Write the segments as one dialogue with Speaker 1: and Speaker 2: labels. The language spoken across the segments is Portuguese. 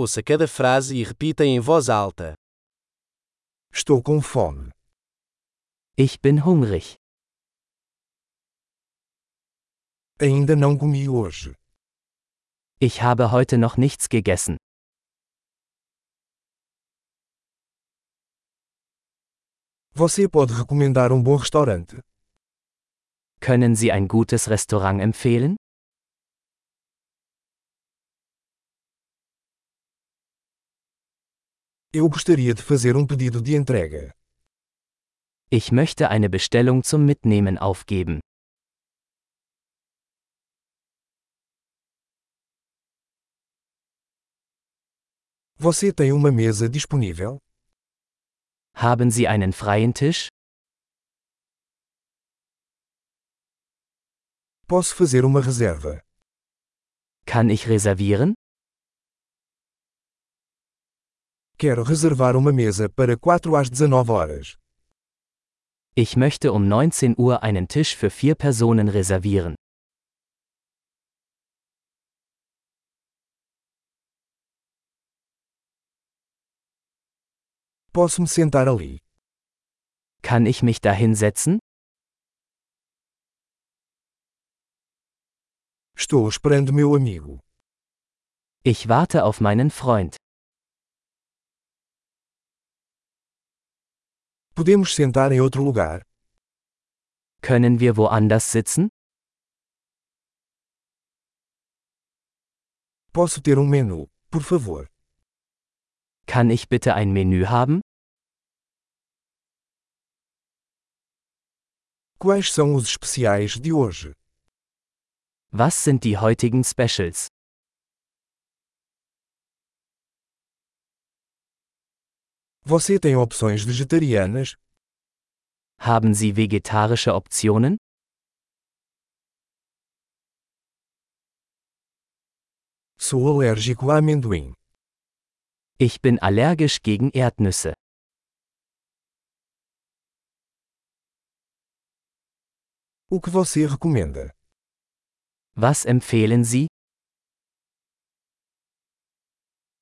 Speaker 1: Ouça cada frase e repita em voz alta.
Speaker 2: Estou com fome.
Speaker 3: Ich bin hungrig.
Speaker 2: Ainda não comi hoje.
Speaker 3: Ich habe heute noch nichts gegessen.
Speaker 2: Você pode recomendar um bom restaurante?
Speaker 3: Können Sie ein gutes Restaurant empfehlen?
Speaker 2: Eu gostaria de fazer um pedido de entrega.
Speaker 3: Ich möchte eine Bestellung zum Mitnehmen aufgeben.
Speaker 2: Você tem uma mesa disponível?
Speaker 3: Haben Sie einen freien Tisch?
Speaker 2: Posso fazer uma reserva.
Speaker 3: Kann ich reservieren?
Speaker 2: Quero reservar uma mesa para 4 às 19 horas.
Speaker 3: Ich möchte um 19 Uhr einen Tisch für vier Personen reservieren.
Speaker 2: Posso me sentar ali.
Speaker 3: Kann ich mich da hinsetzen?
Speaker 2: Estou esperando meu amigo.
Speaker 3: Ich warte auf meinen Freund.
Speaker 2: Podemos sentar em outro lugar?
Speaker 3: Können wir woanders sitzen?
Speaker 2: Posso ter um menu, por favor.
Speaker 3: Kann ich bitte ein Menü haben?
Speaker 2: Quais são os especiais de hoje?
Speaker 3: Was sind die heutigen Specials?
Speaker 2: Você tem opções vegetarianas?
Speaker 3: Haben Sie vegetarische Optionen?
Speaker 2: Sou alérgico a amendoim.
Speaker 3: Ich bin allergisch gegen Erdnüsse.
Speaker 2: O que você recomenda?
Speaker 3: Was empfehlen Sie?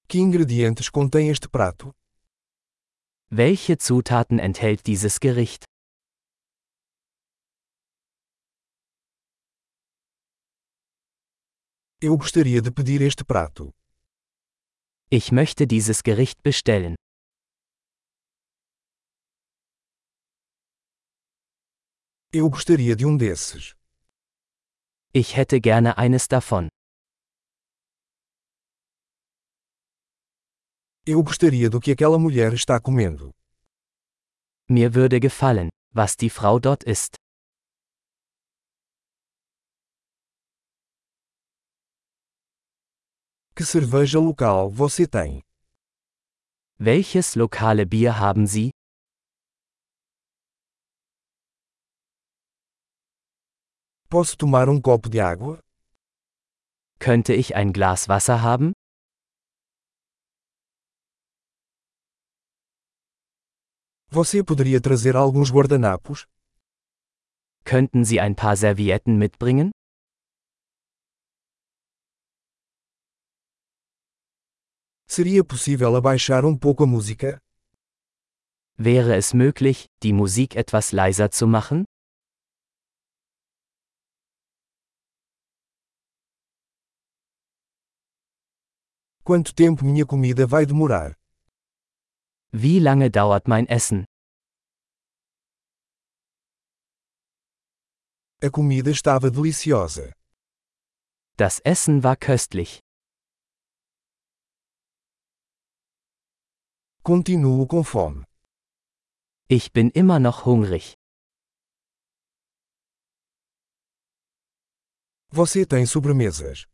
Speaker 2: Que ingredientes contém este prato?
Speaker 3: Welche Zutaten enthält dieses Gericht?
Speaker 2: Eu gostaria de pedir este prato.
Speaker 3: Ich möchte dieses Gericht bestellen.
Speaker 2: Eu gostaria de um desses.
Speaker 3: Ich hätte gerne eines davon.
Speaker 2: Eu gostaria do que aquela mulher está comendo.
Speaker 3: Mir würde gefallen, was die Frau dort isst.
Speaker 2: Que cerveja local você tem?
Speaker 3: Welches lokale Bier haben Sie?
Speaker 2: Posso tomar um copo de água?
Speaker 3: Könnte ich ein Glas Wasser haben?
Speaker 2: Você poderia trazer alguns guardanapos?
Speaker 3: Könnten Sie ein paar Servietten mitbringen?
Speaker 2: Seria possível abaixar um pouco a música?
Speaker 3: Wäre es möglich, die Musik etwas leiser zu machen?
Speaker 2: Quanto tempo minha comida vai demorar?
Speaker 3: Wie lange dauert mein Essen?
Speaker 2: A comida estava deliciosa.
Speaker 3: Das Essen war köstlich.
Speaker 2: Continuo com fome.
Speaker 3: Ich bin immer noch hungrig.
Speaker 2: Você tem sobremesas?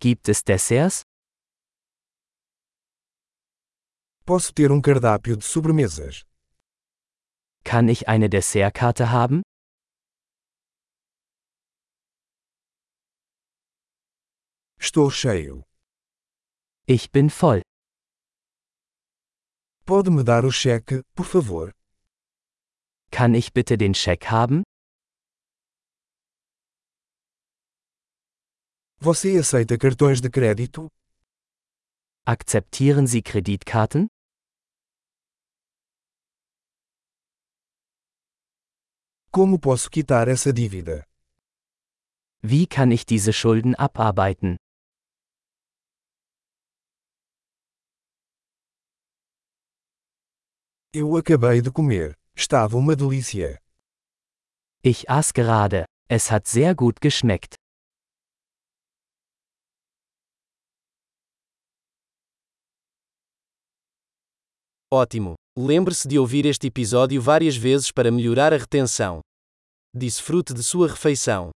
Speaker 3: Gibt es Desserts?
Speaker 2: Posso ter um cardápio de sobremesas?
Speaker 3: Kann ich eine Dessertkarte haben?
Speaker 2: Estou cheio.
Speaker 3: Ich bin voll.
Speaker 2: Pode me dar o cheque, por favor?
Speaker 3: Kann ich bitte den Scheck haben?
Speaker 2: Você aceita cartões de crédito?
Speaker 3: Akzeptieren Sie Kreditkarten?
Speaker 2: Como posso quitar essa dívida?
Speaker 3: Wie kann ich diese Schulden abarbeiten?
Speaker 2: Eu acabei de comer. Estava uma delícia.
Speaker 3: Ich aß gerade. Es hat sehr gut geschmeckt.
Speaker 1: Ótimo! Lembre-se de ouvir este episódio várias vezes para melhorar a retenção. Desfrute de sua refeição.